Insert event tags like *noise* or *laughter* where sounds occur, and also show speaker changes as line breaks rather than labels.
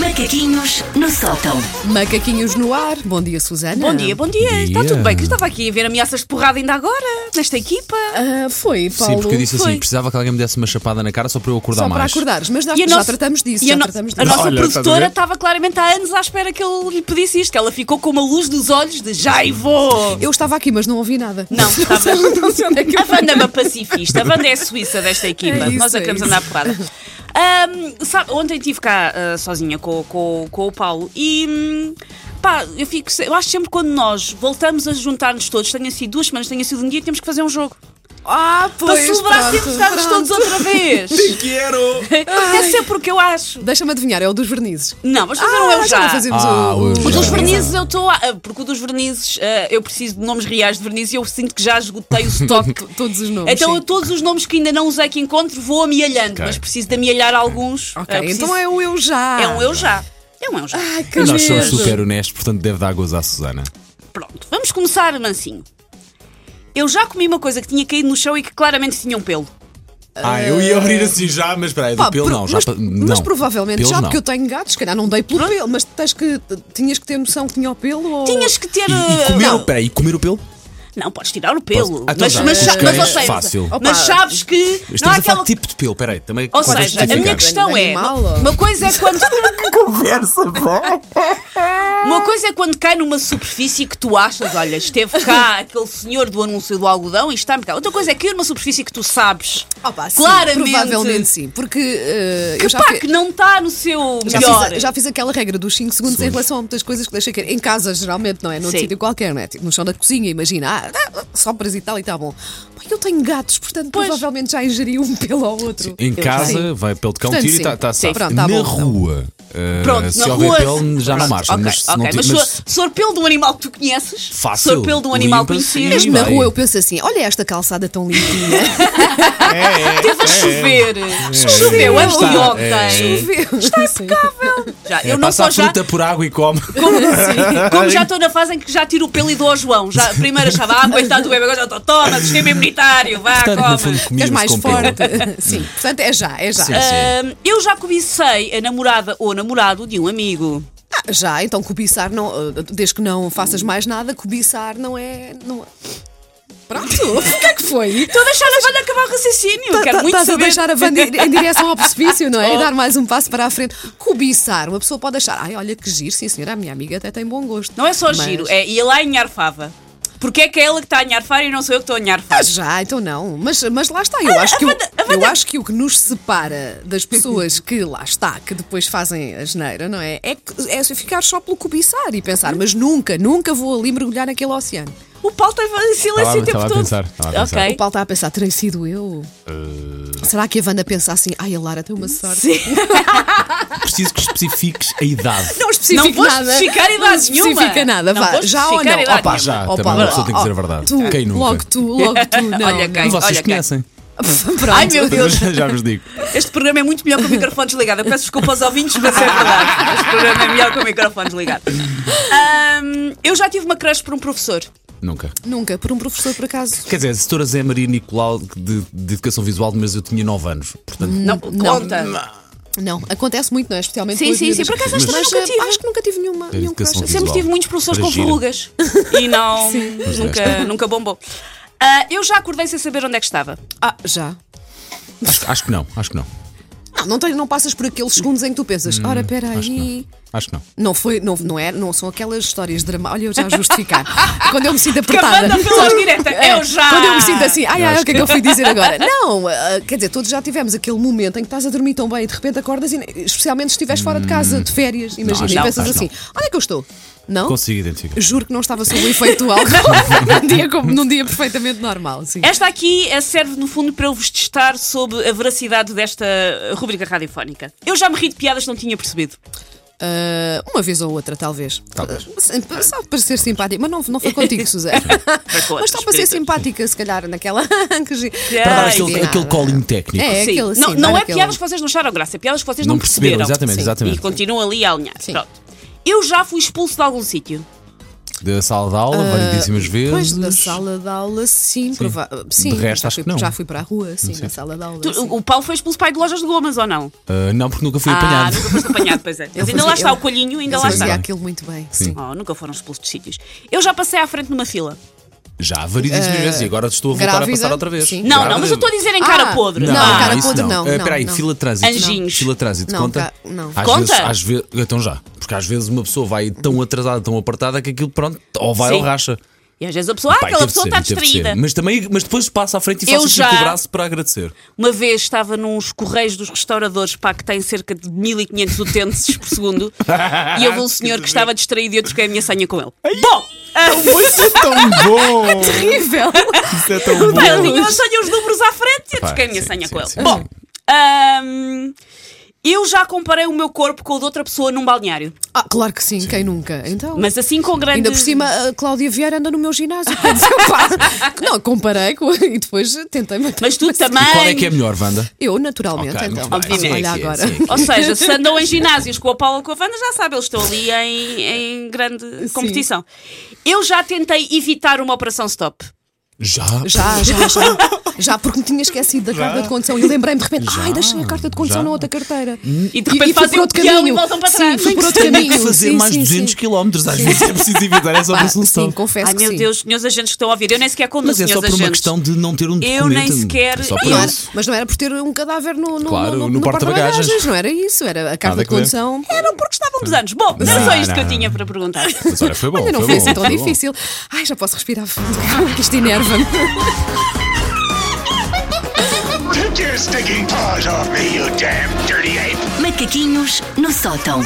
Macaquinhos no sótão.
Macaquinhos no ar. Bom dia, Susana.
Bom dia, bom dia.
Bom
Está
dia.
tudo bem, que eu estava aqui a ver ameaças de porrada ainda agora, nesta equipa.
Ah, foi, Paulo.
Sim, porque eu disse assim:
foi.
precisava que alguém me desse uma chapada na cara só para eu acordar
Só para
mais.
acordares, mas já,
E a
já
nossa-
tratamos disso.
e
Já
a, no-
tratamos
a
disso.
nossa
Olha, estás a
produtora
ver?
estava claramente há anos à espera que ele lhe pedisse isto, que ela ficou com uma luz nos olhos de já e vou.
Eu estava aqui, mas não ouvi nada. *laughs*
Não, estava-
sei, não sei onde é que eu
A Wanda é uma pacifista, a Wanda é a suíça desta equipa.
É isso,
Nós a
é
queremos
isso.
andar à porrada. Ahm, sabe, ontem estive cá ah, sozinha com, com- com o Paulo e. hum, Pá, eu, fico, se- eu acho sempre que quando nós voltamos a juntar-nos todos, tenha sido duas semanas, tenha sido um dia, temos que fazer um jogo.
Ah,
Para
pois,
celebrar
pronto,
sempre estarmos
pronto.
todos outra vez.
Quero!
É sempre o que eu acho.
Deixa-me adivinhar, é o dos vernizes.
Não, mas fazer um
Ah,
eu
já não
já.
fazemos
Ah,
o,
o eu
O dos
Já.
*laughs* vernizes eu estou. a- Porque o dos vernizes eh, eu preciso de nomes reais de vernizes e eu sinto que já esgotei o
Toque
estoque.
todos os nomes.
Então
sim.
eu todos os nomes que ainda não usei que encontro vou amealhando,
assim? Ok.
mas preciso de amealhar alguns.
Ok,
Eh, preciso-
então é o eu já.
é um eu já. É um eu já.
Ai, que
Nós somos
medo.
super honestos, portanto deve dar gozo à Susana.
Pronto, vamos começar, Mansinho. Eu já comi uma coisa que tinha caído no chão e que claramente tinha um pelo.
Ah, eu ia abrir assim já, mas espera aí,
Pá,
do pelo
pro-
não. Já
mas,
pa- não.
mas provavelmente
Pelo
já,
não.
porque eu tenho gatos, se calhar não dei pelo pelo, mas tens que, tinhas que ter noção que tinha o pelo ou.
Tinhas que ter.
E, e
eh,
comer o
não,
peraí, comer o pelo?
não, podes tirar o pelo.
Posso- Ah, então
mas,
já,
mas,
os
sa- mas,
cães,
ou seja,
fácil.
mas
Opa.
sabes que.
Mas
não há
Estamos a falar
aquela...
de tipo de pelo, peraí, também
Ou
convém
seja, a
justificar.
minha questão é.
Animal, ou-
Uma coisa é
*laughs*
quando. *laughs* Uma coisa é quando cai numa superfície que tu achas, olha,
*laughs*
esteve cá aquele senhor do anúncio do algodão e está cá. Outra coisa é cair numa superfície que tu sabes.
Opa, sim,
claramente.
Provavelmente sim, porque eh,
Que
eu já
pá,
fi-
que não está no seu
Já
melhor.
fiz, já fiz aquela regra dos 5 segundos em
Segundos.
relação a muitas coisas que deixei cair. Em casa, geralmente, não é? Num
Sim.
sítio qualquer, não é? Tipo no chão da cozinha, imagina. Ah, ah, só para e tal e está bom. Pá, eu tenho gatos, portanto,
Pois.
provavelmente já ingeri um *laughs* pelo ao outro.
Em
Eu
casa,
sei.
vai pelo de cão,
Portanto,
tira e
sim.
está tá
Sim.
safe.
Pronto, tá
na
bom, então.
rua, eh,
Pronto,
se
na
houver
rua.
pelo, já não
Pronto,
marcha.
ok,
mas se
ok,
não
mas
ti- mas
se for- se for pelo de um animal que tu conheces,
Fácil,
se for pelo de um animal
limpa-se
conhecido,
e-
Mesmo na
*laughs*
vai.
rua eu penso assim: olha esta calçada tão *laughs* limpinha.
É,
teve a chover.
eh,
Choveu.
Choveu, antes de
Está,
ontem.
Está impecável.
Já,
é,
eu não
passa
só
a
já.
fruta por água e come.
*laughs*
Como, assim? como já estou na fase em que já tiro o pelo e dou ao João. Já, primeiro achava, ah, coitado do bebê, agora já estou, toma, sistema imunitário, vá,
Portanto, *laughs* no
Ah, come.
fundo,
Estás
comíamos
mais
com pelo.
forte. *laughs* Sim, portanto, é já, é já.
Sim, sim.
Ahm, eu já cobicei a namorada ou namorado de um amigo.
Ah, já, então cobiçar, não, eh, desde que não faças mais nada, cobiçar não é. Não... é- Pronto, *laughs* o que é que foi?
Estou a deixar a Wanda acabar o raciocínio.
Tá-
quero
tá-
muito
Estás a
saber. Oh.
deixar a banda em em direção ao precipício, não é? E dar mais um passo para a frente. Cobiçar, uma pessoa pode achar, ai, olha que giro, sim senhora, a minha amiga até tem bom gosto.
*laughs* Não é só
Mas-
giro, é ia lá e anharfava. Porque é que é ela que está a anharfar e não sou eu que estou a anharfar.
Ah, já, então não. Mas, mas lá está, eu acho, que o, eu acho que o que nos separa das pessoas que lá está, que depois fazem a geneira, não é? É, que- é ficar só pelo cobiçar e pensar, mas nunca, nunca vou ali mergulhar naquele oceano.
O Paulo está em
Estava-
silêncio o tempo
estava a
todo.
pensar, estava a pensar.
Ok.
O Paulo está a pensar, terei sido eu? Será que a Wanda pensa assim, ai, a Lara tem
Hum.
uma sorte?
Sim.
Preciso que especifiques a idade.
Não especifica
Não vou
nada.
especificar idade
Não especifica
nenhuma.
nada,
Não
vá.
vou
já ou
especificar
não?
idade
Opa,
nenhuma.
já,
ó,
também
Paulo,
uma pessoa tem que
ó,
dizer a verdade.
Tu,
Quem nunca?
Logo tu,
*laughs*
logo tu. Não,
Olha quem.
não.
E vocês
olha,
conhecem.
*laughs* Pronto.
Ai, meu Deus.
já vos digo.
Este programa é muito melhor com o microfone desligado. Eu peço desculpa aos ouvintes, mas é verdade. Este programa é melhor com o microfone desligado. Ahm, eu já tive uma crush por um professor.
Nunca.
Nunca, por um professor por acaso.
Quer dizer, setora Zé Maria Nicolau de, de Educação Visual, mas eu tinha 9 anos. Portanto,
Não, conta.
Não, acontece muito, não é? Especialmente
Sim,
com as
sim, sim.
miúdas.
Por acaso acho que
Mas,
nunca
eh,
tive.
Acho que nunca tive nenhuma. nenhum
Educação
crush.
visual.
Sempre tive muitos professores com
Era giro.
verrugas e não.
desta.
Nunca, nunca bombou. Ah, eu já acordei sem saber onde é que estava.
Ah, já.
acho, acho que não, acho que não.
Não, não, tens- não passas por aqueles segundos em que tu pensas, ora,
Hum, Acho que não.
peraí.
Acho que não.
Não foi, não, não é, não são aquelas histórias dramáticas. Olha, eu já a
*laughs*
justificar. quando eu me sinto
Porque a
apertada. *laughs*
banda pelas direta. É. Eu já.
Quando eu me sinto assim, ai,
Eu
ai,
acho
o que é que eu fui
*laughs*
dizer agora? Não, ah, quer dizer, todos já tivemos aquele momento em que estás a dormir tão bem e de repente acordas, e, especialmente se estiveres fora de casa, de férias, imagina,
acho
e
Hum. não,
pensas
acho
assim: onde é que eu estou? Não?
Consigo identificar.
Juro que não estava sob o efeito do
*laughs*
álcool num, dia, como- num dia perfeitamente normal. Sim.
É.
Esta aqui eh, serve, no fundo, para eu vos testar sobre a veracidade desta eh, rubrica radiofónica. Eu já me ri de piadas que não tinha percebido.
Ah, uma vez ou outra, talvez.
Talvez.
Ah, Só para ser simpática, mas não, não foi
*laughs*
contigo, Suzana. mas só para ser
espíritas.
simpática, se calhar, naquela. *laughs* que gi-
Já,
Para dar
Ai,
aquele,
sim.
aquele colinho técnico.
É,
Sim.
aquele,
não
sim,
não
dar
é
aquele-
piadas que vocês não acharam graça, é piadas que vocês não,
Não perceberam, exatamente,
Sim.
exatamente.
E continuam ali a alinhar.
Sim.
Pronto. Eu já fui expulso de algum sítio.
Da sala de aula, variedíssimas
Ah,
vezes.
Pois, na sala de aula, sim. prova- sim
resto,
já
acho
fui,
que não.
já fui para a rua, sim,
Sim.
na sala de aula.
Tu-
sim.
o Paulo foi expulso pai de lojas de gomas ou não?
Ah, não, porque nunca fui
Ah,
apanhado.
nunca foste apanhado, pois é. Mas ainda
fazia-
lá
*laughs*
está
eu-
o colhinho, ainda
Eu
lá
fazia
fazia
está.
aquilo muito bem.
Sim.
Sim.
Oh, nunca foram expulsos de sítios. Eu já passei à frente numa fila.
Já, variedíssimas vezes. E agora estou a voltar a
grávida?
passar outra vez.
Sim.
Ah. Não,
Grávida.
não, mas eu estou a dizer em cara
Ah,
podre.
Não,
Ah,
cara
isso
podre não,
Eh,
não,
Peraí,
não.
fila de trânsito.
Anjinhos.
Fila de trânsito,
Não,
conta?
ca- não.
Às
Conta?
Vezes, às vezes, então já. Porque às vezes uma pessoa vai tão atrasada, tão apertada que aquilo, pronto, ou vai
Sim.
ou racha.
E às vezes a pessoa, ah,
Pai,
aquela
teve de
pessoa
ser,
está
teve de ser.
distraída.
Mas, também, mas depois passa à frente e
Eu
faço assim com
já-
o braço para agradecer.
Uma vez estava nos correios dos restauradores, pá, que tem cerca de 1500 utentes por
*laughs*
segundo, e houve um senhor que estava distraído e eu troquei a minha senha com ele. Bom! ah,
Isso é *laughs* tão bom!
Terrível!
Isso é tão
pá, ele tinha a senha, os números à frente e eu troquei a minha
sim,
senha
sim,
com ele.
sim,
Bom!
sim.
ahm, eu já comparei o meu corpo com o de outra pessoa num balneário.
*laughs* Ah, claro que sim, quem nunca? Então.
Mas assim com grande.
Ainda por cima, a Cláudia Vieira anda no meu ginásio. Quer dizer, *laughs* pá, não, comparei com, e depois tentei manter.
Mas tu também.
E qual é que é melhor, Wanda?
Eu, naturalmente,
Ok,
então.
muito bem.
Obviamente.
É
Olha
Sim,
agora.
sim.
Ou seja,
*laughs*
se andam em ginásios com a Paula ou com a Wanda, já sabem, eles estão ali em, em grande competição. Eu já tentei evitar uma operação stop.
Já?
Já, já, já. Já, porque me tinha esquecido da carta de condução e lembrei-me de repente, ai, deixei a carta de condução
Já. Hum.
na outra carteira.
E de repente
fui
fazem
por
o
outro
peão e
caminho.
voltam para trás.
Sim, fui por outro
Tem
caminho.
que fazer
Sim,
mais
sim,
200
sim.
km, às vezes é preciso evitar essa
Pá,
operação
Sim,
stop.
confesso
Ai
que
meu
sim.
Deus, senhores agentes que estão a ouvir, eu nem sequer
Mas
conduzo,
é só
senhores
por
agentes.
uma questão de não ter um documento.
Eu nem sequer-
É só por
Não
Eu-
era-
isso.
mas não era por ter um cadáver no, no,
Claro,
no,
no porta-bagagens.
porta-bagagens, não era isso, era a carta
Nada
de
que ver.
condução.
Não, porque estávamos anos. Bom, mas
Não,
era só isto que eu
não.
tinha para perguntar.
Mas olha, foi bom.
Olha, não
foi
foi
bom,
assim tão
foi bom.
difícil. Ai, já posso respirar fundo, *laughs* que isto enerva-me.
Take your stinking paws off me, you damn dirty ape!
Macaquinhos no sótão.